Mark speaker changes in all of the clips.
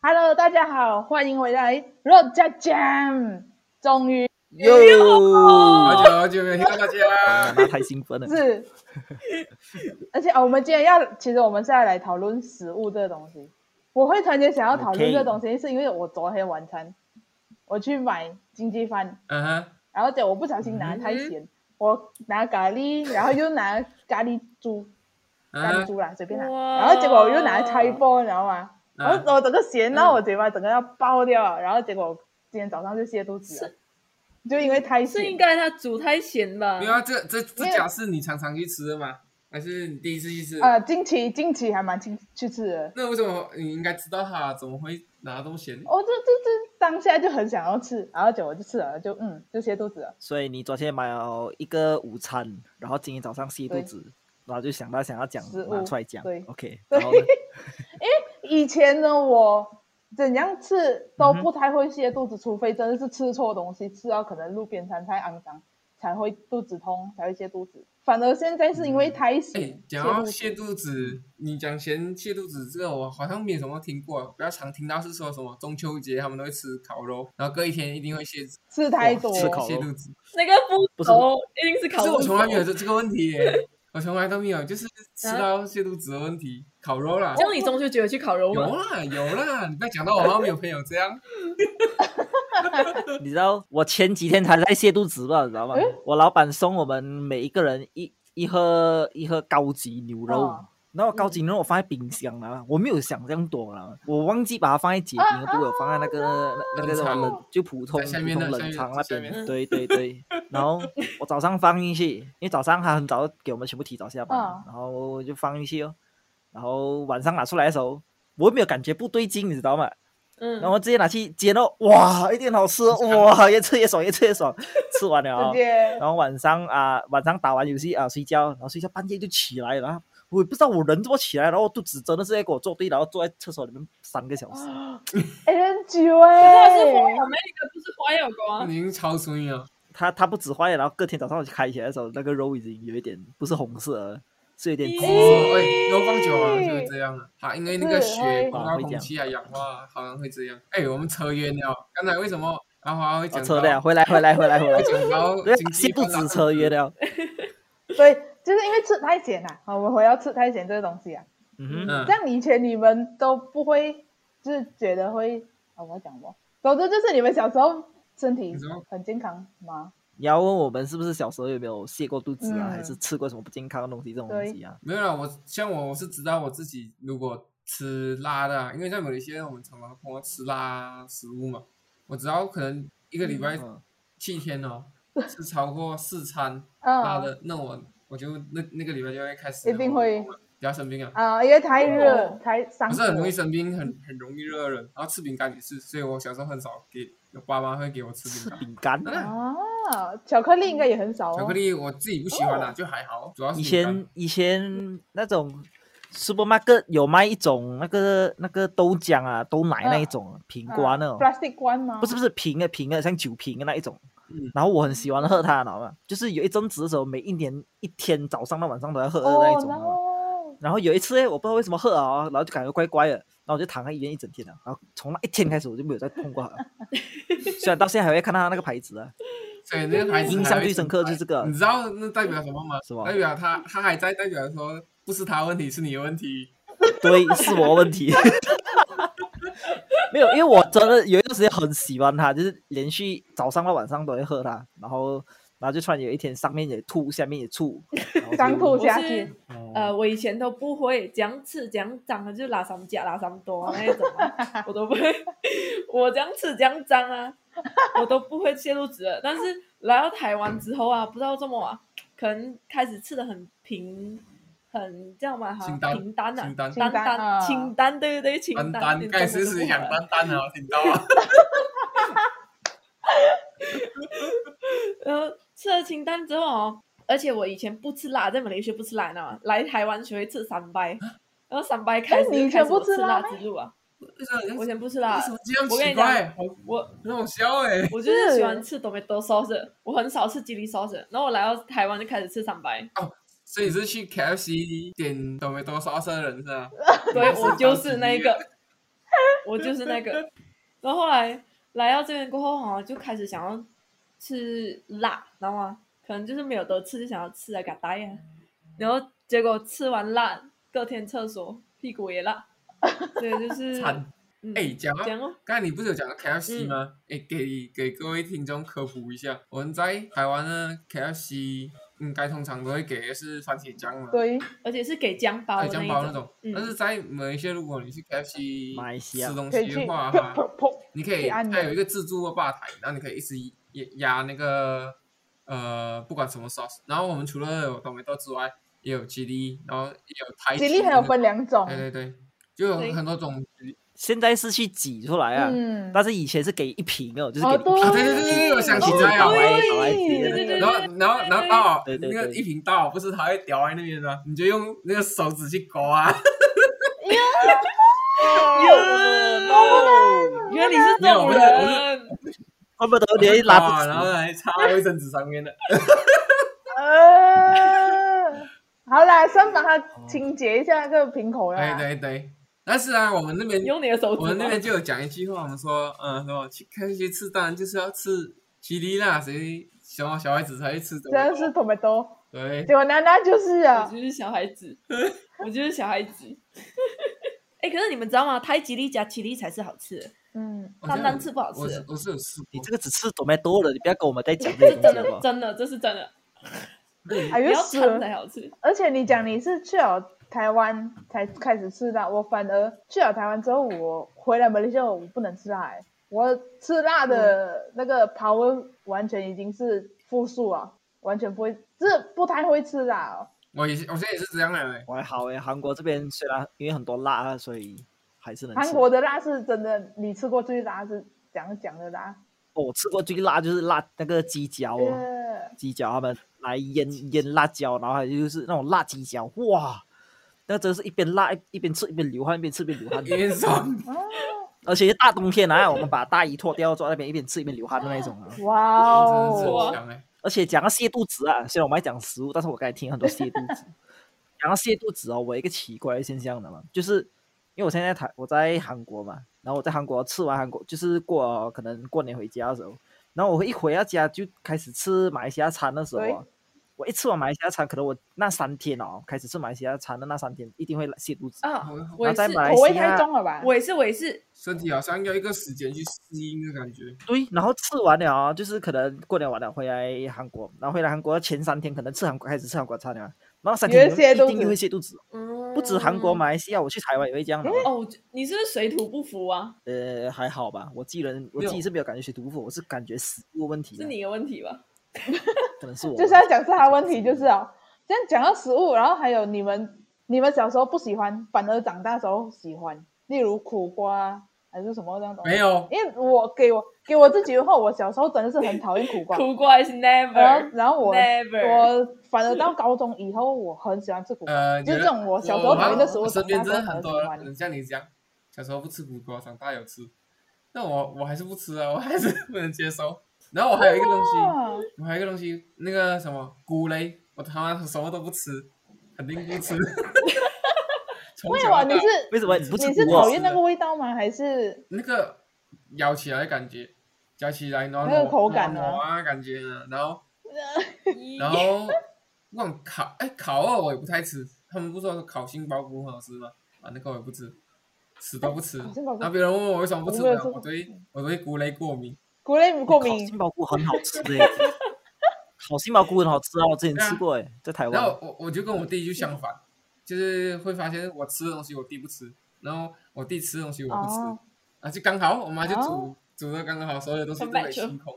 Speaker 1: Hello，大家好，欢迎回来肉酱酱。终于
Speaker 2: 哟，
Speaker 3: 好
Speaker 2: 大
Speaker 3: 久好久没有听到大家，
Speaker 2: 家太兴奋了，
Speaker 1: 是，而且、哦、我们今天要，其实我们是要来讨论食物这个东西。我会突然间想要讨论
Speaker 2: OK
Speaker 1: 这个东西，是因为我昨天晚餐我去买经济饭，
Speaker 3: 嗯哼，
Speaker 1: 然后结果我不小心拿太咸，我拿咖喱，然后又拿咖喱猪，咖喱
Speaker 3: 嗯哼，
Speaker 1: 猪啦，随便拿。
Speaker 4: 哇
Speaker 1: 然后结果我又拿菜包，你知道吗？然后我整个咸到
Speaker 3: 啊嗯
Speaker 1: 我嘴巴整个要爆掉了，然后结果今天早上就泻肚子了，就因为太
Speaker 4: 是应
Speaker 1: 咸。
Speaker 4: 该他煮太咸吧
Speaker 3: 没？有啊，这这这
Speaker 1: 没有
Speaker 3: 家是你常常去吃的吗？还是你第一次去吃？
Speaker 1: 呃，近期近期还蛮去去吃的，
Speaker 3: 那为什么你应该知道它怎么会拿东西？
Speaker 1: 哦，这这这当下就很想要吃，然后结果就吃了，就嗯就泻肚子了。
Speaker 2: 所以你昨天买了一个午餐，然后今天早上吸肚
Speaker 1: 对
Speaker 2: 子，然后就想到想要讲
Speaker 1: 食
Speaker 2: 拿
Speaker 1: 物
Speaker 2: 出来讲
Speaker 1: 对
Speaker 2: ，OK，
Speaker 1: 对
Speaker 2: 然后呢
Speaker 1: 以前呢，我怎样吃都
Speaker 2: 嗯哼
Speaker 1: 不太会泻肚子，除非真的是吃错东西，吃到可能路边摊太肮脏才会肚子痛，才会泻肚子。反而现在是因为太
Speaker 3: 哎
Speaker 1: 咸，，
Speaker 3: 讲到
Speaker 1: 泻
Speaker 3: 泻
Speaker 1: 肚子。
Speaker 3: 肚子，你讲咸泻肚子这个，我好像没什么听过，比较常听到是说什么中秋节他们都会吃烤肉，然后隔一天一定会泻
Speaker 1: 吃太多，
Speaker 2: 哦哇吃烤肉
Speaker 3: 泻肚子。
Speaker 4: 那个
Speaker 2: 不
Speaker 4: 不
Speaker 2: 是
Speaker 4: 熟，一定是
Speaker 3: 可
Speaker 4: 烤
Speaker 3: 是
Speaker 4: 肉。
Speaker 3: 我从来没有这这个问题耶，我从来都没有，就是吃
Speaker 4: 啊
Speaker 3: 到泻肚子的问题，烤肉啦。
Speaker 4: 这
Speaker 2: 哦
Speaker 4: 样你中秋节有去烤肉
Speaker 3: 有啊
Speaker 4: 吗？
Speaker 3: 啦有啦，你不要讲到我好像没有朋友这样。
Speaker 2: 你知道我前几天才在泻肚子吧，你知道吗
Speaker 1: 诶？
Speaker 2: 我老板送我们每一个人一一盒一盒高级牛肉
Speaker 1: 哦，
Speaker 2: 然后高级牛肉我放在冰箱了，我没有想这样多了，我忘记把它放在解冰，不我放在那个那那个
Speaker 3: 冷藏
Speaker 2: 冷就普通
Speaker 3: 在
Speaker 2: 普
Speaker 3: 下面
Speaker 2: 通
Speaker 3: 的
Speaker 2: 冷藏那
Speaker 3: 下面
Speaker 2: 边，对对对。然后我早上放进去，因为早上他很早就给我们全部提早下班
Speaker 1: 哦，
Speaker 2: 然后我就放进去哦。然后晚上拿出来的时候，我没有感觉不对劲，你知道吗？
Speaker 4: 嗯，
Speaker 2: 然后直接拿去煎哦，哇，一定好吃哦，哇，越吃越爽，越吃越爽， 吃完了
Speaker 1: 嗯
Speaker 2: 哦、
Speaker 1: 直接
Speaker 2: 然后晚上啊、晚上打完游戏啊、睡觉，然后睡觉半夜就起来了，然后我也不知道我人怎么起来，然后我肚子真的是在给我作对，然后坐在厕所里面三个小时，
Speaker 1: 哎很久
Speaker 4: 不
Speaker 1: 哎，
Speaker 4: 是花友妹，那个不是花啊友
Speaker 1: 啊
Speaker 3: 那
Speaker 4: 瓜
Speaker 3: 你已经哦超啊出你了。
Speaker 2: 它它不止坏了，然后隔天早上我去开起来的时候，那个肉已经有一点不是红色了，是有点紫
Speaker 3: 哦，
Speaker 2: 色。
Speaker 3: 哎，都放久了就会这样了。好，因为那个
Speaker 1: 是
Speaker 3: 血
Speaker 2: 会
Speaker 3: 碰到空气啊，氧化好像会这样。哎，我们扯远了。刚才为什么阿华会
Speaker 2: 哦，
Speaker 3: 讲
Speaker 2: 车
Speaker 3: 到？
Speaker 2: 辆回来回来回来回来
Speaker 3: 会，讲到
Speaker 2: 对啊
Speaker 3: 经，济
Speaker 2: 吸
Speaker 3: 发
Speaker 2: 肚
Speaker 3: 展
Speaker 2: 子车约了，
Speaker 1: 对，就是因为吃太咸了、好，我们回到吃太咸这个东西啊。
Speaker 2: 嗯哼，
Speaker 3: 嗯
Speaker 1: 这，样以前你们都不会，就是觉得会啊、我要讲什么？总之就是你们小时候身体
Speaker 3: 你说
Speaker 1: 很健康吗？
Speaker 2: 你要问我们是不是小时候有没有泻过肚子啊，
Speaker 1: 嗯
Speaker 2: 还是吃过什么不健康的东西这种东
Speaker 1: 对
Speaker 2: 西啊？
Speaker 3: 没有啦，我像我我是知道我自己如果吃辣的啊，因为在某一些我们常常碰到吃辣食物嘛，我只要可能一个礼拜
Speaker 2: 嗯
Speaker 3: 七天哦，吃超过四餐辣
Speaker 1: 嗯啊、
Speaker 3: 嗯的，那我我就那那个礼拜就会开始
Speaker 1: 一定会
Speaker 3: 不要生病啊。
Speaker 1: 啊、因为太热、
Speaker 4: 哦
Speaker 1: 太伤
Speaker 3: 不是
Speaker 1: 火
Speaker 3: 很容易生病，很很容易热人，然后吃饼干也是，所以我小时候很少给我爸妈会给我吃
Speaker 2: 吃
Speaker 3: 饼干。
Speaker 2: 饼干。
Speaker 1: 啊。巧克力应该也很少哦。
Speaker 3: 巧克力我自己不喜欢
Speaker 4: 哦
Speaker 3: 啦，就还好，主要是
Speaker 2: 以
Speaker 3: 饼干
Speaker 2: 前以前那种 supermarket 有卖一种那个那个豆浆啊、豆奶那一种、瓶
Speaker 1: 啊
Speaker 2: 罐那种，
Speaker 1: plastic 罐吗？
Speaker 2: 不是不是瓶的瓶的，像酒瓶的那一种。
Speaker 3: 嗯
Speaker 2: 然后我很喜欢喝它，你知道吗？就是有一阵子的时候，每一年一天早上到晚上都要喝的
Speaker 1: 哦
Speaker 2: 那一
Speaker 1: 然
Speaker 2: 种。你知道吗
Speaker 1: 后
Speaker 2: 然后有一次，我不知道为什么喝了啊，然后就感觉怪怪的，然后我就躺在医院一整天了。然后从那一天开始，我就没有再碰过 它了。虽然到现在还会看到它那个牌子啊，
Speaker 3: 所以那个牌子
Speaker 2: 印象最深刻就是这个
Speaker 3: 你知道那代表什么吗？
Speaker 2: 什么
Speaker 3: 代表他他还在，代表说不是他问题，是你的问题。
Speaker 2: 对，是我问题。 没有，因为我真的有一段时间很喜欢它，就是连续早上到晚上都会喝它，然后然后就突然有一天上面也吐，下面也吐，然后就哦
Speaker 1: 伤口
Speaker 4: 我
Speaker 1: 加
Speaker 4: 是
Speaker 1: 起，
Speaker 4: 呃，我以前都不会这样吃这样脏啊，就是拉三夹拉三多啊那一种啊，我都不会，我这样吃这样脏啊，我都不会泻肚子的。但是来到台湾之后啊，不知道怎么啊，可能开始吃的很平，很这样嘛哈，
Speaker 3: 清淡
Speaker 4: 平淡啊，
Speaker 3: 清淡
Speaker 1: 清淡啊
Speaker 4: 淡清淡，对对对，清
Speaker 3: 丹
Speaker 4: 淡。
Speaker 3: 丹，
Speaker 4: 连
Speaker 3: 该
Speaker 4: 中
Speaker 3: 死
Speaker 4: 文都
Speaker 3: 死
Speaker 4: 不会
Speaker 3: 养
Speaker 4: 了
Speaker 3: 丹丹啊，听到 吗？
Speaker 4: 然后呃吃了清淡之后哦，而且我以前不吃辣，在马来西亚不吃辣，你知道吗？来台湾学会吃三拜，
Speaker 3: 啊
Speaker 4: 然后三拜开
Speaker 1: 哎
Speaker 4: 始
Speaker 1: 你以
Speaker 4: 就
Speaker 1: 前
Speaker 4: 开始我
Speaker 1: 不吃
Speaker 4: 吃
Speaker 1: 辣
Speaker 4: 辣之路啊，我以前不吃
Speaker 3: 为
Speaker 4: 辣
Speaker 3: 什，么这样
Speaker 4: 我跟
Speaker 3: 奇
Speaker 4: 你
Speaker 3: 怪？
Speaker 4: 讲
Speaker 3: 好
Speaker 4: 我
Speaker 3: 很好笑哎！
Speaker 4: 我就是喜欢
Speaker 1: 是
Speaker 4: 吃 tomato sauce，我很少吃 chili sauce，然后我来到台湾就开始吃三拜，
Speaker 3: 所以是去 KFC 点都没多少色人是吧？
Speaker 4: 对我就是那一个。我就是那个。然后后来来到这边过后，好像就开始想要吃辣，知道吗？可能就是没有得吃，就想要吃来嘎达呀。然后结果吃完辣，隔天厕所屁股 也辣，所以就是
Speaker 3: 惨。
Speaker 4: 嗯
Speaker 3: 哎，讲到
Speaker 4: 讲哦，
Speaker 3: 刚才你不是有讲到 KFC 吗？哎、给给各位听众科普一下，我们在台湾呢，KFC 应该通常都会给的是番茄酱嘛，
Speaker 1: 对，
Speaker 4: 而且是给姜包
Speaker 3: 还
Speaker 4: 的
Speaker 3: 有
Speaker 4: 那
Speaker 3: 酱
Speaker 4: 一
Speaker 3: 哎包那
Speaker 4: 种。
Speaker 3: 种。
Speaker 4: 嗯
Speaker 3: 但是在某一些，如果你去
Speaker 2: 马来
Speaker 3: KFC
Speaker 2: 西亚
Speaker 3: 吃东
Speaker 1: 可以
Speaker 3: 西啊
Speaker 1: 去
Speaker 3: 的话，
Speaker 1: 噗
Speaker 3: 哈，
Speaker 1: 噗噗
Speaker 3: 你可以
Speaker 1: 按钮
Speaker 3: 它有一个自助的吧台，然后你可以一直压压那个呃，不管什么 sauce。然后我们除了有 tomato 之外，也有 chili，然后也有台
Speaker 1: 吉利还有分嗯
Speaker 3: 的
Speaker 1: 两种，
Speaker 3: 哎对对对，就
Speaker 4: 对
Speaker 3: 有很多种。
Speaker 2: 现在是去挤出来啊，
Speaker 1: 嗯，
Speaker 3: 哎
Speaker 2: 但是以前是给一瓶哦，就是给
Speaker 1: 哦对
Speaker 2: 你一
Speaker 3: 啊，
Speaker 2: 瓶
Speaker 3: 对对对对，我想起
Speaker 2: 哦
Speaker 3: 来了。
Speaker 2: 对对
Speaker 4: 对对
Speaker 3: 然后，然后，然后大碗
Speaker 2: 对对
Speaker 3: 那个
Speaker 2: 对
Speaker 3: 一瓶大碗不是它会掉在那边吗？你就用那个手指去勾啊，
Speaker 2: 哎
Speaker 4: 啊
Speaker 2: 哟
Speaker 4: 原来你是这种
Speaker 3: 没有我是
Speaker 4: 人，
Speaker 2: 他们都连拉
Speaker 3: 啊然
Speaker 2: 不
Speaker 3: 后
Speaker 2: 住。
Speaker 3: 还插在卫生纸上面 的。
Speaker 1: 呃，好啦，先帮他清洁一下那个瓶口啦。
Speaker 3: 对哎
Speaker 2: 啊
Speaker 3: 对对，但是啊，我们那 边
Speaker 4: 用你的手指
Speaker 3: 我
Speaker 4: 吗。
Speaker 3: 们那边就有讲一句话，我们说，嗯，什么去 KFC 吃当然就是要吃吉利啦，谁小小孩子才会吃这
Speaker 1: 这样是 tomato，
Speaker 3: 对
Speaker 1: 结果娜娜就是啊
Speaker 4: 我，就是小孩子，我就是小孩子。 哎、可是你们知道吗？太吉利加吉利才是好吃的，
Speaker 1: 嗯，
Speaker 3: 我觉
Speaker 4: 单
Speaker 3: 得
Speaker 4: 单吃不好吃
Speaker 3: 我是我是有吃
Speaker 2: 你
Speaker 3: 过，
Speaker 2: 这个只吃 tomato 了，你不要跟我们再讲这
Speaker 4: 这
Speaker 2: 个东西好
Speaker 4: 真
Speaker 2: 不
Speaker 4: 的
Speaker 2: 好？
Speaker 4: 真的，这是真的，
Speaker 1: 哎
Speaker 4: 你
Speaker 1: 呦
Speaker 4: 要
Speaker 1: 死
Speaker 4: 尝
Speaker 1: 了！
Speaker 4: 才好吃。
Speaker 1: 而且你讲你是去了台湾才开始吃辣，我反而去了台湾之后，我回来马来西亚我不能吃辣、欸，我吃辣的那个 power 完全已经是负数啊，完全不会，这不太会吃辣哦。
Speaker 3: 我也是，我现在也是这样的。欸
Speaker 2: 我还好诶，韩国这边虽然因为很多辣，啊，所以还是能吃。
Speaker 1: 韩国的辣是真的，你吃过最辣是讲讲的辣，
Speaker 2: 哦我吃过最辣就是辣那个鸡脚哦，
Speaker 1: 呃，
Speaker 2: 鸡脚他们来腌腌辣椒，然后还有就是那种辣鸡脚，哇，那真是一边辣一一边吃一边流汗，一边吃一边 流汗的。
Speaker 3: 烟爽，
Speaker 1: 啊
Speaker 2: 而且大冬天啊，我们把大衣脱掉，坐在那边一边吃一边流汗的那种啊。
Speaker 1: 哇
Speaker 3: 真的是
Speaker 1: 哦，
Speaker 4: 哇
Speaker 3: 很香哎！
Speaker 2: 而且讲到泻肚子啊，虽然我们还讲食物，但是我刚才听很多泻肚子。讲到泻肚子哦，我有一个奇怪的现象的嘛，就是因为我现在在台我在韩国嘛，然后我在韩国吃完韩国就是过可能过年回家的时候，然后我一回到家就开始吃马来西亚餐的时候、
Speaker 1: 对
Speaker 2: 啊，我一吃完马来西亚餐，可能我那三天哦开始吃马来西亚餐的那三天一定会泻肚子。
Speaker 4: 啊，
Speaker 3: 我
Speaker 4: 我
Speaker 2: 然后
Speaker 4: 也
Speaker 2: 在
Speaker 4: 是，
Speaker 2: 马来
Speaker 1: 口味
Speaker 2: 西亚
Speaker 1: 太重了吧？
Speaker 4: 我也是，我也是，
Speaker 3: 身体好像要一个时间去适应的感觉。
Speaker 2: 对，然后吃完了啊，就是可能过年完了回来韩国，然后回来韩国前三天可能吃韩国开始吃韩国餐了，然后那三天
Speaker 1: 也会泻
Speaker 2: 一
Speaker 1: 肚
Speaker 2: 定
Speaker 1: 子
Speaker 2: 会泻肚子。
Speaker 4: 嗯，
Speaker 2: 不止韩国，马来西亚，我去台湾也会这样的嘛。
Speaker 4: 哦，我你是不是水土不服啊？
Speaker 2: 呃，还好吧，我自己人我
Speaker 3: 没有
Speaker 2: 自己是没有感觉水土不服，我是感觉食物问题啊，
Speaker 4: 是你的问题吧？
Speaker 2: 可能是我
Speaker 1: 就是要讲是他问题，就是哦，这样讲到食物，然后还有你们你们小时候不喜欢，反而长大时候喜欢，例如苦瓜还是什么这样东西。
Speaker 3: 没有，
Speaker 1: 因为我给我给我自己的话，我小时候真的是很讨厌苦瓜，
Speaker 4: 苦瓜是
Speaker 1: 然后
Speaker 2: 啊
Speaker 4: never，
Speaker 1: 然后我
Speaker 4: never，
Speaker 1: 我反而到高中以后，我很喜欢吃苦瓜，
Speaker 3: 呃，
Speaker 1: 就
Speaker 3: 有
Speaker 1: 这
Speaker 3: 人
Speaker 1: 种我小时候
Speaker 3: 我
Speaker 1: 讨厌的食物，
Speaker 3: 我身边真的
Speaker 1: 长大
Speaker 3: 很
Speaker 1: 时候
Speaker 3: 多
Speaker 1: 才喜欢
Speaker 3: 人像你这样，小时候不吃苦瓜，长大有吃。但我我还是不吃啊，我还是 不能接受。然后我还有一个东
Speaker 4: 嗯
Speaker 3: 西，
Speaker 1: 啊
Speaker 3: 我还有一个东西，那个什么菇类，我他妈什么都不吃，肯定不吃。 从
Speaker 1: 为什
Speaker 3: 小到
Speaker 4: 啊
Speaker 1: 么
Speaker 3: 大
Speaker 1: 啊你是
Speaker 2: 为什么你不吃
Speaker 1: 你是
Speaker 2: 苦
Speaker 1: 讨
Speaker 2: 哦？
Speaker 1: 厌那个味道吗？还是
Speaker 3: 那个咬起来的感觉，嚼起来暖
Speaker 1: 那个
Speaker 3: 暖
Speaker 1: 口感啊
Speaker 3: 暖暖啊感觉呢，然后然后那种烤哎烤肉我也不太吃，他们不是说烤杏鲍菇很好吃吗？啊，那个我也不吃，死都不吃。
Speaker 1: 烤杏鲍菇
Speaker 3: 然后别人问我为什么不吃
Speaker 1: 我没有
Speaker 3: 呢，
Speaker 1: 吃过
Speaker 3: 我对我对菇类过敏。
Speaker 1: 菇类过敏
Speaker 2: 烤？杏鲍菇很好吃诶，烤杏鲍菇很好吃啊，我之前吃过诶，在台
Speaker 3: 然
Speaker 2: 湾
Speaker 3: 后我我就跟我弟就相反，
Speaker 1: 嗯
Speaker 3: 就是会发现我吃的东西我弟不吃，然后我弟吃的东西我不吃，
Speaker 1: 哦
Speaker 3: 啊就刚好我妈就煮、
Speaker 1: 哦
Speaker 3: 煮的刚刚好，所有东西都
Speaker 4: 很
Speaker 3: 给
Speaker 4: match
Speaker 3: 清空。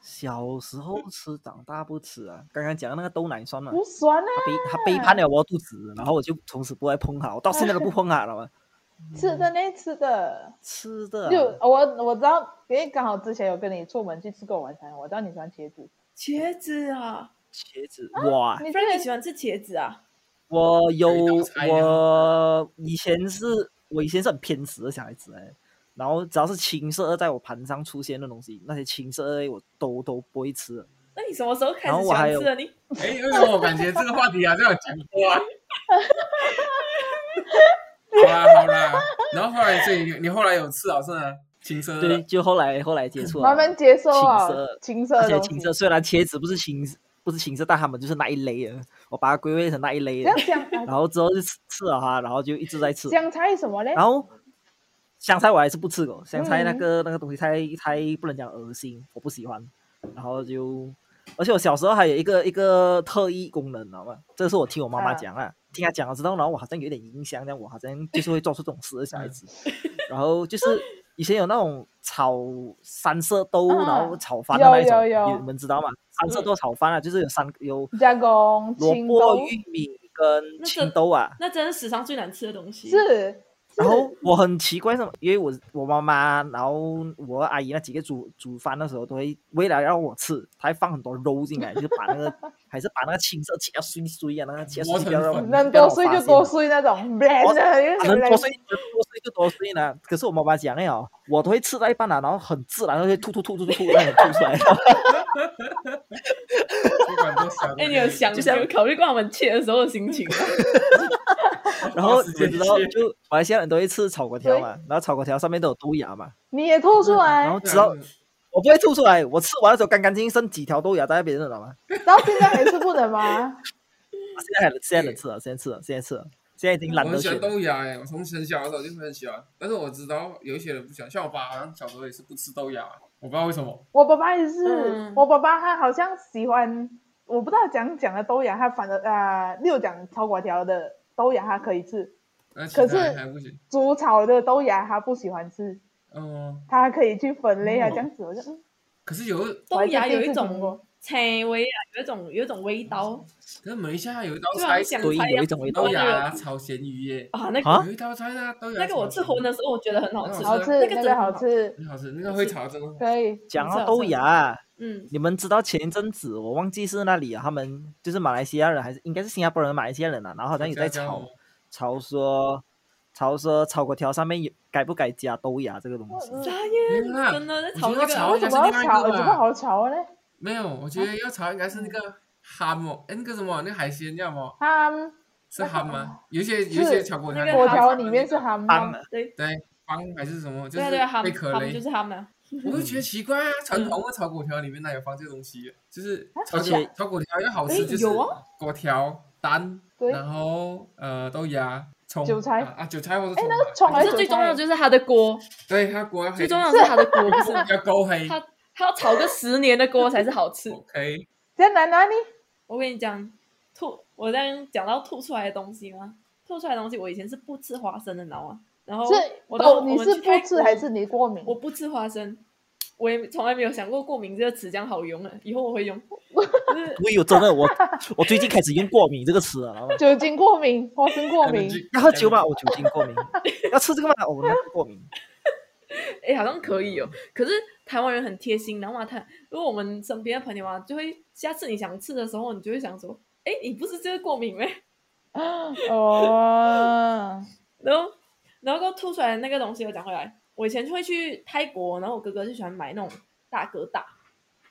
Speaker 2: 小时候吃，长大不吃啊。刚刚讲的那个豆奶酸嘛，
Speaker 1: 不酸啊，
Speaker 2: 他背他背叛了我的肚子，然后我就从此不爱碰它，我到现在都不碰它了嘛。
Speaker 1: 吃的那吃的，
Speaker 2: 吃的 啊
Speaker 1: 就我我知道，因为刚好之前有跟你出门去吃过晚餐，我知道你喜欢茄子，
Speaker 4: 茄子啊，
Speaker 2: 茄子哇，
Speaker 1: 你
Speaker 4: 不然你喜
Speaker 1: 这
Speaker 4: 欢吃茄子啊？
Speaker 2: 我有
Speaker 3: 有一道菜呀
Speaker 2: 我以前是我以前是很偏食的小孩子哎、然后只要是青色在我盘上出现的东西，那些青色的我都都不会吃的。
Speaker 4: 那你什么时候开
Speaker 2: 然
Speaker 4: 始
Speaker 2: 后
Speaker 4: 喜
Speaker 2: 我还
Speaker 4: 欢
Speaker 2: 有
Speaker 4: 吃的？你
Speaker 3: 哎，为什么我感觉这 个话题好像有讲过啊？好啦好啦，然后后来，所以你你后来有吃好像啊，青色
Speaker 2: 对，就后来后来接触了，
Speaker 1: 慢慢接受啊青
Speaker 2: 青涩，
Speaker 1: 涩
Speaker 2: 而
Speaker 1: 的
Speaker 2: 且
Speaker 1: 东
Speaker 2: 青
Speaker 1: 西
Speaker 2: 色。虽然茄子不是青不是青色，但他们就是那一类的，我把它归类成那一类
Speaker 1: 这
Speaker 2: 的
Speaker 1: 样。香
Speaker 2: 然后之后就吃吃了它，然后就一直在吃。
Speaker 1: 香菜什么嘞？
Speaker 2: 然后香菜我还是不吃的，香菜那
Speaker 1: 哎嗯
Speaker 2: 个、那个东西太太不能讲恶心，我不喜欢。然后就，而且我小时候还有一个一个特异功能，你知道吗？这是我听我妈妈
Speaker 1: 啊
Speaker 2: 讲啊，听她讲了之后，然后我好像有点影响，这样我好像就是会做出这种事的小孩子。
Speaker 1: 嗯
Speaker 2: 然后就是以前有那种炒三色豆，
Speaker 1: 啊
Speaker 2: 然后炒饭的那一种，
Speaker 1: 有有有
Speaker 2: 你们知道吗？三色豆炒饭啊，就是有三有
Speaker 1: 加工
Speaker 2: 萝
Speaker 1: 青
Speaker 2: 卜、
Speaker 1: 豆
Speaker 2: 玉米跟
Speaker 4: 那
Speaker 2: 青
Speaker 4: 个
Speaker 2: 豆啊。
Speaker 4: 那真是史上最难吃的东西。
Speaker 1: 是
Speaker 2: 然后我很奇怪什么，因为我我妈妈，然后我阿姨那几个煮煮饭的时候，都会为了让我吃，她还放很多肉进来，就是把那个还是把那个青色切到碎碎啊，那个切到
Speaker 3: 磨
Speaker 2: 碎
Speaker 3: 成
Speaker 2: 不要让我
Speaker 3: 粉
Speaker 1: 能
Speaker 2: 不要
Speaker 1: 多
Speaker 2: 让
Speaker 1: 碎
Speaker 2: 我发
Speaker 1: 就
Speaker 2: 现
Speaker 1: 多碎那种，
Speaker 2: 我啊能多
Speaker 1: 多
Speaker 2: 碎能多碎就多碎呢。可是我妈妈讲哎哦，我都会吃到一半了，然后很自然地会吐吐吐吐吐吐， 然后吐出来。
Speaker 3: 不管多小的可以，
Speaker 4: 哎，你有想，
Speaker 2: 就
Speaker 4: 你
Speaker 2: 像
Speaker 4: 有考虑过我们切的时候的 心情吗？
Speaker 2: 然后
Speaker 3: 花时
Speaker 2: 你
Speaker 3: 间
Speaker 2: 们知道
Speaker 3: 切，
Speaker 2: 就马来西亚人都会吃炒粿条
Speaker 1: 对
Speaker 2: 嘛，然后炒粿条上面都有豆芽嘛，
Speaker 1: 你也吐出来
Speaker 2: 然后，直到我不会吐出来，我吃完的时候干干净净，剩几条豆芽在那边，你知道吗？
Speaker 1: 然后现在还是不能吗？
Speaker 2: 现在还能现在能吃了，现在吃了，现在吃了，现在已经
Speaker 3: 嗯我
Speaker 2: 懒得
Speaker 3: 很喜
Speaker 2: 选
Speaker 3: 欢
Speaker 2: 了。
Speaker 3: 豆芽哎，我从很小的时候就很喜欢，但是我知道有一些人不喜欢，像我爸好像小时候也是不吃豆芽，我不知道为什么。
Speaker 1: 我爸爸也是，
Speaker 4: 嗯
Speaker 1: 我爸爸他好像喜欢，我不知道讲讲的豆芽，他反正啊、六讲炒粿条的豆芽他可以吃，
Speaker 3: 那其
Speaker 1: 可
Speaker 3: 他人
Speaker 1: 是
Speaker 3: 还不行，
Speaker 1: 煮炒的豆芽他不喜欢吃，
Speaker 3: 嗯，
Speaker 1: 他还可以去分类啊，
Speaker 3: 哦
Speaker 1: 这样子我就嗯
Speaker 3: 可是有，可
Speaker 4: 豆芽有一
Speaker 1: 我还在第一次听
Speaker 4: 种
Speaker 1: 过
Speaker 4: 菜味啊，有一种有一种味道，
Speaker 3: 是马来西亚有一道
Speaker 4: 就好
Speaker 3: 菜
Speaker 4: 像香
Speaker 2: 对
Speaker 4: 菜
Speaker 2: 有一种味道
Speaker 3: 豆芽炒咸鱼耶，
Speaker 4: 啊，那个
Speaker 2: 啊
Speaker 3: 有一道菜啊，豆芽
Speaker 4: 那个我吃
Speaker 3: 红
Speaker 4: 荤的时候，我觉得很好吃，
Speaker 3: 很
Speaker 1: 嗯好
Speaker 3: 好
Speaker 1: 吃，
Speaker 4: 那个
Speaker 1: 那
Speaker 4: 真
Speaker 1: 个
Speaker 4: 的
Speaker 1: 好
Speaker 4: 很，
Speaker 1: 吃，
Speaker 3: 很好吃，那个会炒真的很好
Speaker 1: 可以
Speaker 2: 讲
Speaker 4: 是
Speaker 2: 到
Speaker 4: 啊
Speaker 2: 豆
Speaker 4: 是啊
Speaker 2: 芽，
Speaker 4: 嗯，
Speaker 2: 你们知道前一阵子我忘记是那里啊，他们就是马来西亚人还是应该是新加坡人、马来西亚人啊，然后好像有在
Speaker 3: 加
Speaker 2: 吵
Speaker 3: 加
Speaker 2: 吵说吵说炒粿条上面有该不该加豆芽这个东西。
Speaker 1: 嗯
Speaker 4: 啥
Speaker 3: 没
Speaker 4: 耶，
Speaker 3: 有啦
Speaker 4: 真的在
Speaker 3: 我
Speaker 4: 炒
Speaker 3: 觉得
Speaker 4: 那个
Speaker 3: 啊
Speaker 1: 为
Speaker 3: 炒
Speaker 4: 啊，
Speaker 1: 什么
Speaker 3: 还是
Speaker 1: 要炒？
Speaker 3: 另外一个
Speaker 1: 怎么
Speaker 3: 吧
Speaker 1: 好炒嘞？
Speaker 3: 没有，我觉得要炒应该是那
Speaker 4: 嗯
Speaker 3: 个哈姆，哎，那个什么，那个海鲜叫什么？
Speaker 1: 他
Speaker 3: 是哈吗？有一些
Speaker 1: 是
Speaker 3: 有一些炒粿条，
Speaker 4: 那个
Speaker 1: 粿
Speaker 4: 哈
Speaker 1: 条里面是蛤
Speaker 2: 当啊
Speaker 1: 蟆，
Speaker 2: 然，
Speaker 4: 对
Speaker 3: 对方还是什么，就
Speaker 4: 对
Speaker 3: 是
Speaker 4: 啊对啊，他
Speaker 3: 贝
Speaker 4: 们
Speaker 3: 壳
Speaker 4: 他们
Speaker 3: 类
Speaker 4: 就。是嗯他们啊，
Speaker 3: 我就觉得奇怪啊，传统的炒粿条里面哪有放这个东西？就是炒
Speaker 2: 而且
Speaker 3: 粿炒粿条要好
Speaker 4: 哎
Speaker 3: 吃，就是
Speaker 4: 啊有啊
Speaker 3: 粿条蛋，
Speaker 1: 对
Speaker 3: 然后呃豆芽、葱、
Speaker 1: 韭菜
Speaker 3: 啊啊韭菜或者
Speaker 1: 哎
Speaker 3: 葱
Speaker 1: 那个葱
Speaker 3: 啊
Speaker 1: 还
Speaker 4: 可
Speaker 1: 是
Speaker 4: 是最重要的就是它的锅，
Speaker 3: 对它锅要黑
Speaker 4: 最重要的是它的锅，不是
Speaker 3: 要勾黑。
Speaker 4: 它它要炒个十年的锅才是 好吃。
Speaker 3: OK，
Speaker 1: 在哪哪里？
Speaker 4: 我跟你讲，吐，我刚刚讲到吐出来的东西吗？吐出来的东西，我以前是不吃花生的，你知道吗？然后
Speaker 1: 是
Speaker 4: 我到
Speaker 1: 哦，你
Speaker 4: 我们
Speaker 1: 是
Speaker 4: 去
Speaker 1: 不
Speaker 4: 泰
Speaker 1: 吃
Speaker 4: 国
Speaker 1: 还是你过敏？
Speaker 4: 我不吃花生，我也从来没有想过过敏这个词这样好用啊，以后我会用。就是
Speaker 2: 我有真的 我我最近开始用过敏这个词 了，然后
Speaker 1: 酒精过敏，花生过敏，
Speaker 2: 要喝酒
Speaker 3: 嗯
Speaker 2: 嘛，我酒精过敏；要吃这个嘛，哦我那个过敏。
Speaker 4: 哎，好像可以哦。可是台湾人很贴心，然后嘛，他如果我们身边的朋友啊，就会下次你想吃的时候，你就会想说，哎，你不是这个过敏咩？
Speaker 1: 哦，
Speaker 4: 然后，然后给我吐出来的那个东西，我讲回来，我以前就会去泰国，然后我哥哥就喜欢买那种大哥大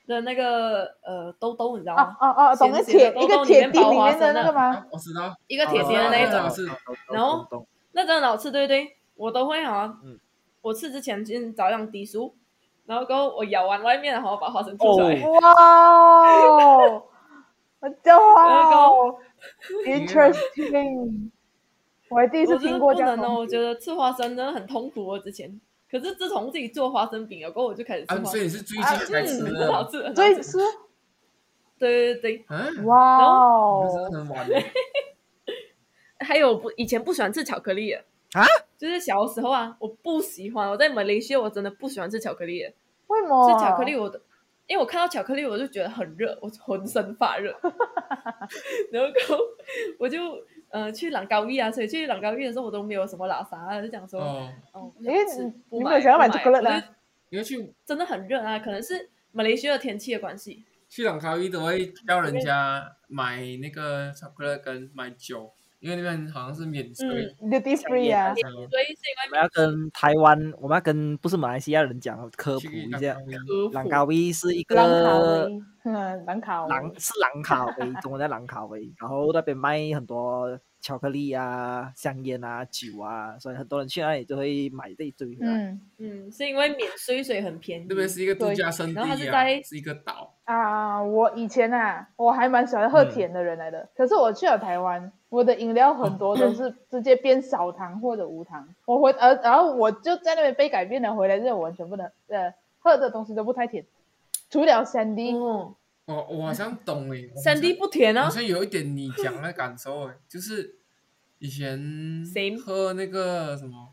Speaker 4: 的那个呃兜兜，你知道吗？
Speaker 1: 啊啊啊！懂个
Speaker 4: 咸
Speaker 1: 铁一
Speaker 4: 咸的豆
Speaker 1: 个
Speaker 4: 豆
Speaker 1: 铁
Speaker 4: 里面
Speaker 1: 钉
Speaker 4: 包
Speaker 1: 里
Speaker 4: 花
Speaker 1: 面的
Speaker 4: 生啊
Speaker 1: 那
Speaker 4: 的
Speaker 1: 个吗？
Speaker 3: 啊我知道，
Speaker 4: 一个铁
Speaker 2: 心
Speaker 4: 锨的那一
Speaker 3: 哦
Speaker 4: 种，
Speaker 3: 是
Speaker 4: 然后
Speaker 2: 懂
Speaker 4: 那真的好吃，对不对？我都会啊。
Speaker 2: 嗯
Speaker 4: 我吃之前先找两滴酥，然后过后我咬完外面，然后把花生吐出来。
Speaker 2: 哦，
Speaker 1: 哇哦，我叫哇哦，interesting，我还第一
Speaker 4: 我
Speaker 1: 次
Speaker 4: 真
Speaker 1: 听
Speaker 4: 的
Speaker 1: 过
Speaker 4: 不
Speaker 1: 这样
Speaker 4: 能
Speaker 1: 的
Speaker 4: 哦，我
Speaker 1: 东西。
Speaker 4: 觉得吃花生真的很痛苦哦。之前，可是自从自己做花生饼了，过后我就开始吃
Speaker 3: 啊，
Speaker 4: 花
Speaker 3: 所
Speaker 4: 生，
Speaker 3: 以你是最近
Speaker 1: 啊
Speaker 3: 才吃
Speaker 4: 嗯，很好
Speaker 3: 的，
Speaker 4: 吃，很好
Speaker 1: 所以
Speaker 4: 吃
Speaker 1: 吃
Speaker 4: 对对对。
Speaker 3: 嗯，你
Speaker 1: 哇
Speaker 3: 们真的
Speaker 1: 哦，
Speaker 3: 很晚，
Speaker 4: 还有不以前不喜欢吃巧克力的
Speaker 2: 啊，
Speaker 4: 就是小时候啊，我不喜欢。我在马来西亚我真的不喜欢吃巧克力的，
Speaker 1: 为什么？
Speaker 4: 吃巧克力我都，因为我看到巧克力我就觉得很热，我浑身 发热，然后我就呃去朗高一啊，所以去朗高一的时候我都没有什么拉萨，就讲说
Speaker 3: 哦，
Speaker 4: 哦，不
Speaker 1: 因为
Speaker 4: 想吃
Speaker 1: 你
Speaker 4: 不
Speaker 1: 你
Speaker 4: 买
Speaker 1: 没有想要
Speaker 4: 不
Speaker 1: 买巧克力
Speaker 4: 我就
Speaker 1: 啊
Speaker 3: 因为去
Speaker 4: 真的很热啊，可能是马来西亚的天气的关系。
Speaker 3: 去朗高一都会叫人家买那个巧克力跟买酒，因为那边好像是免税，
Speaker 1: duty free 啊，
Speaker 4: 所以是
Speaker 2: 我们
Speaker 4: 因为
Speaker 2: 要跟台湾，我们要跟不是马来西亚人讲
Speaker 4: 嗯
Speaker 2: 科普
Speaker 3: 去
Speaker 2: 一
Speaker 3: 朗
Speaker 2: 下
Speaker 3: 高，一
Speaker 4: 科普
Speaker 2: 朗卡威是一
Speaker 1: 兰卡
Speaker 2: 个
Speaker 1: 威，嗯，兰卡威
Speaker 2: 朗是朗卡威，中文叫朗卡威，然后那边卖很多巧克力啊、香烟啊、酒啊，所以很多人去那里就会买这一堆回来。
Speaker 1: 嗯
Speaker 4: 嗯，是因为免税所以很便宜
Speaker 3: 那。边是一个度假胜地
Speaker 4: 然后它是
Speaker 3: 啊
Speaker 4: 在，
Speaker 3: 是一个岛。
Speaker 1: 啊，我以前啊，我还蛮喜欢喝甜的人来
Speaker 4: 嗯
Speaker 1: 的，可是我去了台湾，我的饮料很多都是直接变少糖或者无 糖。我回呃，然后我就在那边被改变了，回来之后完全不能呃喝的东西都不太甜，除了三 D，、
Speaker 4: 哦，
Speaker 3: 我我好像懂诶，我好像
Speaker 4: 三 D 不甜
Speaker 3: 好
Speaker 4: 啊，
Speaker 3: 像有一点你讲的感受 哎，就是以前
Speaker 4: Same
Speaker 3: 喝那个什么，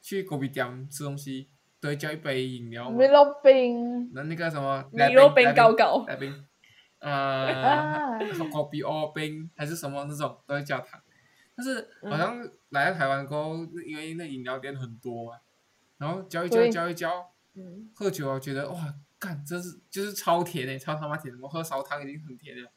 Speaker 3: 去狗比店吃东西都会叫一杯饮料
Speaker 4: 嗯
Speaker 3: 嘛
Speaker 1: 米，露冰
Speaker 3: 那那个什么
Speaker 4: 米肉冰
Speaker 3: 糕
Speaker 4: 高高，
Speaker 3: 来冰，
Speaker 4: 嗯
Speaker 3: 呃，
Speaker 1: 啊，
Speaker 3: 狗比奥冰还是什么那种都会加糖，但是好像来到台湾过后，因为那饮料店很多嘛，然后叫一叫
Speaker 1: 对
Speaker 3: 叫一叫，
Speaker 4: 嗯，
Speaker 3: 喝酒啊，觉得哇，干，真是就是超甜诶、超他妈甜！我喝少糖已经很甜了，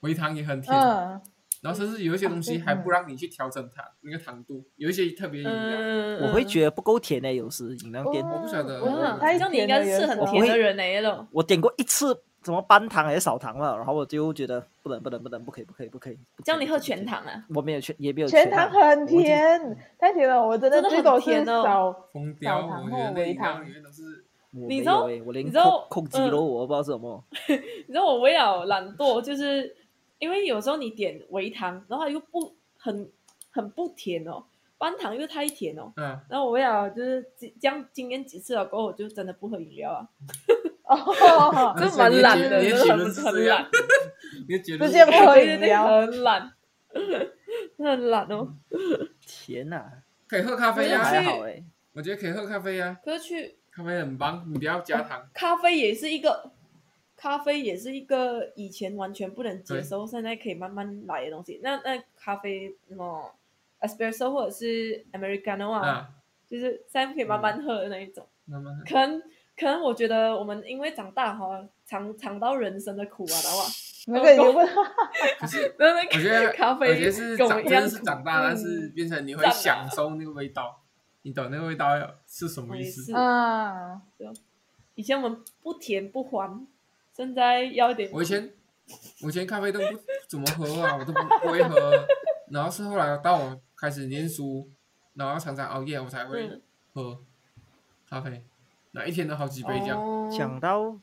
Speaker 3: 微糖也很甜，
Speaker 1: 嗯，
Speaker 3: 然后甚至有一些东西
Speaker 1: 啊对
Speaker 3: 还不让你去调整它那个糖度，有一些特别饮料，
Speaker 4: 嗯
Speaker 2: 我会觉得不够甜的，有时饮料店。
Speaker 1: 哦
Speaker 3: 我不晓得
Speaker 1: 我
Speaker 4: 嗯，
Speaker 1: 太
Speaker 4: 这样你应
Speaker 1: 甜
Speaker 4: 该
Speaker 1: 了有
Speaker 4: 是
Speaker 1: 时
Speaker 4: 很
Speaker 1: 候
Speaker 4: 甜的人来了。
Speaker 2: 我点过一次什么半糖还是少糖了，然后我就觉得不能不能不能不可以不可以不可以。不可以
Speaker 4: 这样你喝全，
Speaker 2: 不可
Speaker 4: 糖啊？
Speaker 2: 以我没有全也没有
Speaker 1: 全糖很
Speaker 2: 我已经
Speaker 1: 甜，太甜了，我真的
Speaker 4: 真的很
Speaker 1: 最多是
Speaker 4: 甜哦
Speaker 1: 少
Speaker 3: 疯掉！
Speaker 1: 少糖
Speaker 3: 我
Speaker 1: 或
Speaker 3: 觉得那饮料
Speaker 1: 微
Speaker 3: 里面都是
Speaker 2: 我
Speaker 4: 你
Speaker 2: 没
Speaker 4: 知道
Speaker 2: 有欸我连
Speaker 4: 你知道
Speaker 2: 控控鸡
Speaker 4: 嗯
Speaker 2: 肉我都不知道是什么。
Speaker 4: 你知道我为了懒惰，就是因为有时候你点微糖，然后它又不很很不甜哦，半糖又太甜哦。
Speaker 3: 嗯，
Speaker 4: 然后我为了就是这这样经验几次了过后，我就真的不喝饮料啊，
Speaker 1: 哦，
Speaker 4: 这蛮懒的，
Speaker 3: 你的
Speaker 4: 真
Speaker 3: 结
Speaker 4: 的
Speaker 3: 论
Speaker 4: 很
Speaker 3: 是
Speaker 4: 很
Speaker 3: 这
Speaker 4: 懒
Speaker 3: 样，，你的结论
Speaker 1: 直
Speaker 3: 是
Speaker 1: 接不喝
Speaker 4: 对对
Speaker 1: 饮
Speaker 4: 对，
Speaker 1: 料，
Speaker 4: 很 懒，很懒哦。
Speaker 2: 天呐，
Speaker 3: 可以喝咖啡
Speaker 4: 对
Speaker 3: 呀、
Speaker 4: 啊
Speaker 2: 还
Speaker 4: 所以
Speaker 2: 好哎，
Speaker 3: 我觉得可以喝咖啡啊呀、
Speaker 4: 可是去
Speaker 3: 咖啡很棒，你不要加糖。
Speaker 4: 咖啡也是一个，咖啡也是一个以前完全不能接受，现在可以慢慢来的东西。那那咖啡什么 espresso 或者是 americano 啊，
Speaker 3: 啊，
Speaker 4: 就是现在可以慢慢喝的那一种。
Speaker 3: 那么
Speaker 4: 可能可能我觉得我们因为长大哈、尝尝到人生的苦啊，然后啊，
Speaker 1: 那个已 经不
Speaker 3: 可是
Speaker 4: 然后那
Speaker 3: 我
Speaker 4: 个
Speaker 3: 觉得
Speaker 4: 咖啡
Speaker 3: 我觉得是
Speaker 4: 跟我
Speaker 3: 长
Speaker 4: 一
Speaker 3: 真
Speaker 4: 样
Speaker 3: 的
Speaker 4: 苦
Speaker 3: 是长大，但是
Speaker 4: 嗯
Speaker 3: 变成你会
Speaker 4: 长大
Speaker 3: 享受那个味道，你懂那个味道要是什么
Speaker 4: 我
Speaker 3: 意
Speaker 4: 也
Speaker 3: 思
Speaker 4: 是？嗯
Speaker 1: 啊，
Speaker 4: 以前我们不甜不欢，现在要一点
Speaker 3: 我以前我以前咖啡都不怎么喝啊，我都不不会喝。然后是后来到我开始念书，然后常常熬夜，我才会
Speaker 4: 嗯
Speaker 3: 喝咖啡，那一天都好几杯这
Speaker 4: 哦
Speaker 3: 样。
Speaker 2: 讲到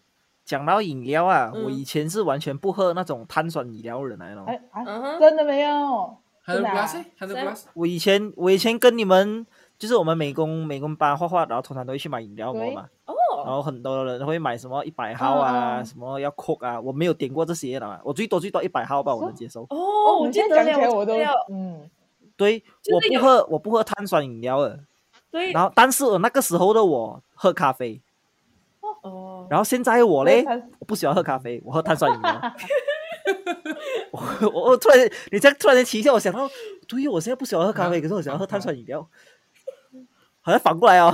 Speaker 2: 讲到饮料啊，
Speaker 4: 嗯
Speaker 2: 我以前是完全不喝那种碳酸饮料的人来了。
Speaker 1: 哎啊，
Speaker 4: 嗯哼
Speaker 1: 真的没
Speaker 4: 哦
Speaker 1: 有，
Speaker 3: 还有
Speaker 1: 真的啊
Speaker 3: glass，还有
Speaker 4: 在
Speaker 3: glass，
Speaker 2: 我以前我以前跟你们就是我们美工美工班画画，然后通常都会去买饮料
Speaker 1: 对
Speaker 2: 嘛，然
Speaker 4: 哦，
Speaker 2: 后很多人会买什么一百号啊，
Speaker 1: 嗯嗯
Speaker 2: 什么要 Coke 啊，我没有点过这些的嘛，我最多最多一百号吧，我能接受。
Speaker 4: 哦，我
Speaker 1: 你
Speaker 4: 记
Speaker 1: 现
Speaker 4: 得
Speaker 1: 在
Speaker 4: 了
Speaker 1: 讲起来我
Speaker 4: 记
Speaker 1: 都
Speaker 4: 得了
Speaker 1: 嗯，
Speaker 2: 对，
Speaker 4: 就是
Speaker 2: 我不
Speaker 4: 有
Speaker 2: 喝我不喝碳酸饮料的，
Speaker 4: 对，
Speaker 2: 然后但是我呃那个时候的我喝咖啡，
Speaker 4: 哦，
Speaker 2: 然后现在我
Speaker 1: 所以
Speaker 2: 嘞
Speaker 1: 它
Speaker 2: 我不喜欢喝咖啡，我喝碳酸饮料。 我我我突然间你这样突然间提一下，我想到，哦对，我现在不喜欢喝咖
Speaker 1: 嗯
Speaker 2: 啡，可是我想要喝碳酸饮料， 好像反过 来哦，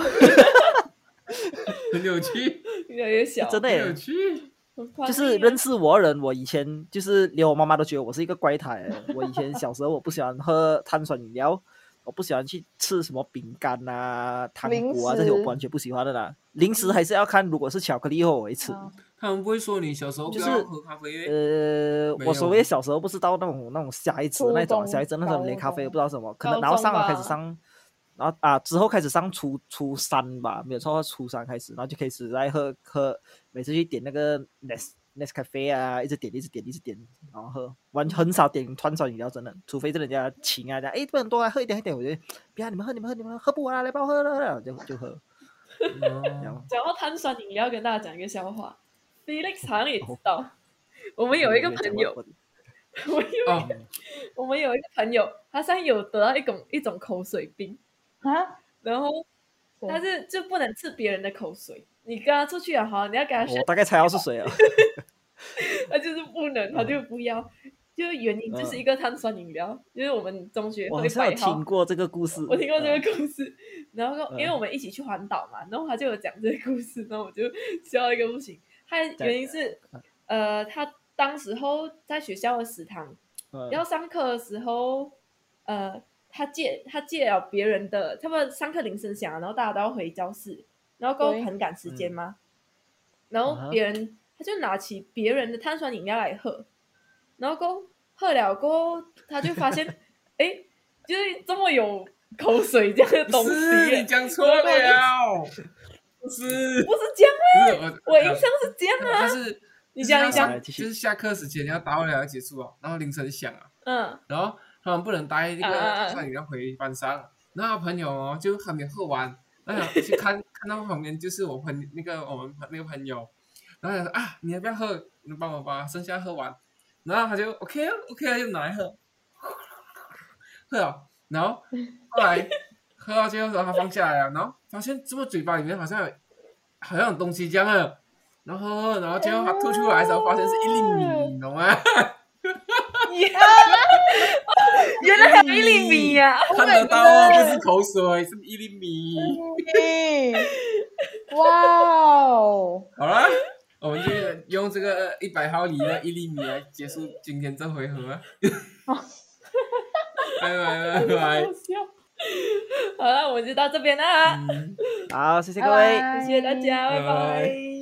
Speaker 3: 很有趣，
Speaker 4: 越来越小，
Speaker 2: 真的
Speaker 3: 很
Speaker 2: 耶。
Speaker 3: 有趣。
Speaker 4: 很叛逆啊，
Speaker 2: 就是认识我的人，我以前就是连我妈妈都觉得我是一个怪 胎欸。我以前小时候我不喜欢喝碳酸饮料，我不喜欢去吃什么饼干啊、糖
Speaker 1: 零
Speaker 2: 果啊这些，我
Speaker 1: 食
Speaker 2: 完全不喜欢的啦。零食还是要看，如果是巧克力后我会吃。
Speaker 1: 啊
Speaker 3: 他们不会说你小时候不
Speaker 2: 就是
Speaker 3: 要喝咖啡欸，
Speaker 2: 呃，
Speaker 3: 没
Speaker 2: 我所
Speaker 3: 有啊
Speaker 2: 谓小时候不是到那种那种下一层那
Speaker 1: 初
Speaker 2: 种
Speaker 1: 中
Speaker 2: 下一层那种连
Speaker 1: 高
Speaker 2: 咖啡都
Speaker 1: 中
Speaker 2: 不知道什么，可
Speaker 4: 高
Speaker 2: 能然后
Speaker 4: 中
Speaker 2: 上了开始
Speaker 4: 吧
Speaker 2: 上，然后啊之后开始上初初三吧，没有错，初三开始，然后就开始在喝喝，每次去点那个 Nes Nes Cafe 啊，一直点一直点一直点，然后喝，完很少点碳酸饮料，真的，除非是人家请啊，讲哎不能多啊，喝一点喝一点，我就不要你们喝你们喝你们喝喝不完啊，来帮我喝喝喝，就就喝，然后
Speaker 3: 嗯
Speaker 4: 讲到碳酸饮料，跟大家讲一个笑话。Felix 好像也知道，我们有一个朋友，，我们有
Speaker 3: 哦，
Speaker 4: 我们有一个朋友，他现在有得到一种一种口水病，
Speaker 1: 啊，
Speaker 4: 然后
Speaker 1: 对
Speaker 4: 他是就不能吃别人的口水。你跟他出去了哈，你要跟他
Speaker 2: 我
Speaker 4: 说，
Speaker 2: 大概猜到是谁啊 了。
Speaker 4: 他就是不能，他就不要，就是原因就是一个碳酸饮料，就是我们中学
Speaker 2: 我
Speaker 4: 会
Speaker 2: 好像
Speaker 4: 摆
Speaker 2: 有
Speaker 4: 好
Speaker 2: 听。过这个故事，
Speaker 4: 我听过
Speaker 2: 嗯
Speaker 4: 这个故事，然后因为我们一起去环岛嘛，然后他就有讲这个故事，然后我就笑一个不行。他原因是，呃，他当时候在学校的食堂
Speaker 2: 嗯
Speaker 4: 要上课的时候，呃，他借他借了别人的，他们上课铃声响了，然后大家都要回教室，然后
Speaker 1: 对
Speaker 4: 够很赶时间嘛，然
Speaker 2: 啊
Speaker 4: 后
Speaker 2: 哈
Speaker 4: 别人他就拿起别人的碳酸饮料来喝，然后够喝了过后，他就发现，哎，就是这么有口水这样的东
Speaker 3: 不
Speaker 4: 西
Speaker 3: 是
Speaker 4: 耶，
Speaker 3: 你讲错了，不是，
Speaker 4: 不是这样啊，
Speaker 3: 不是
Speaker 4: 我印象是 这样啊。
Speaker 3: 他是
Speaker 4: 你讲，你
Speaker 2: 想
Speaker 4: 讲，
Speaker 2: 来继续
Speaker 3: 就是下课时间你要打完了要结束啊，然后铃声响啊，
Speaker 4: 嗯
Speaker 3: 然后他们不能带那
Speaker 4: 啊啊啊
Speaker 3: 个上饮料回班上，然后他朋友哦就还没喝完，然后去看看到旁边就是我朋那个我们那个朋友，然后他说啊你要不要喝？你帮我把剩下喝完，然后他就 OK 啊 OK 啊就拿来喝，啊喝啊，然后后来喝到最后时候他放下来了，然后发现怎么嘴巴里面好像有好像有东西这样啊。然后，然后最后他吐出来的时候，发现是一粒米，你懂吗？
Speaker 4: 原来还有一粒米呀、
Speaker 3: 看得到哦，不是口水，是一粒米。
Speaker 1: 哇哦，
Speaker 3: 好啦，我们就用这个一百毫里的一粒米来结束今天这回合。拜拜拜拜
Speaker 4: 好。笑。好了，我们就到这边啦，
Speaker 3: 嗯
Speaker 2: 好，谢谢
Speaker 1: 拜
Speaker 2: 各位。
Speaker 1: 拜
Speaker 4: 谢谢大家，拜
Speaker 3: 拜
Speaker 4: 拜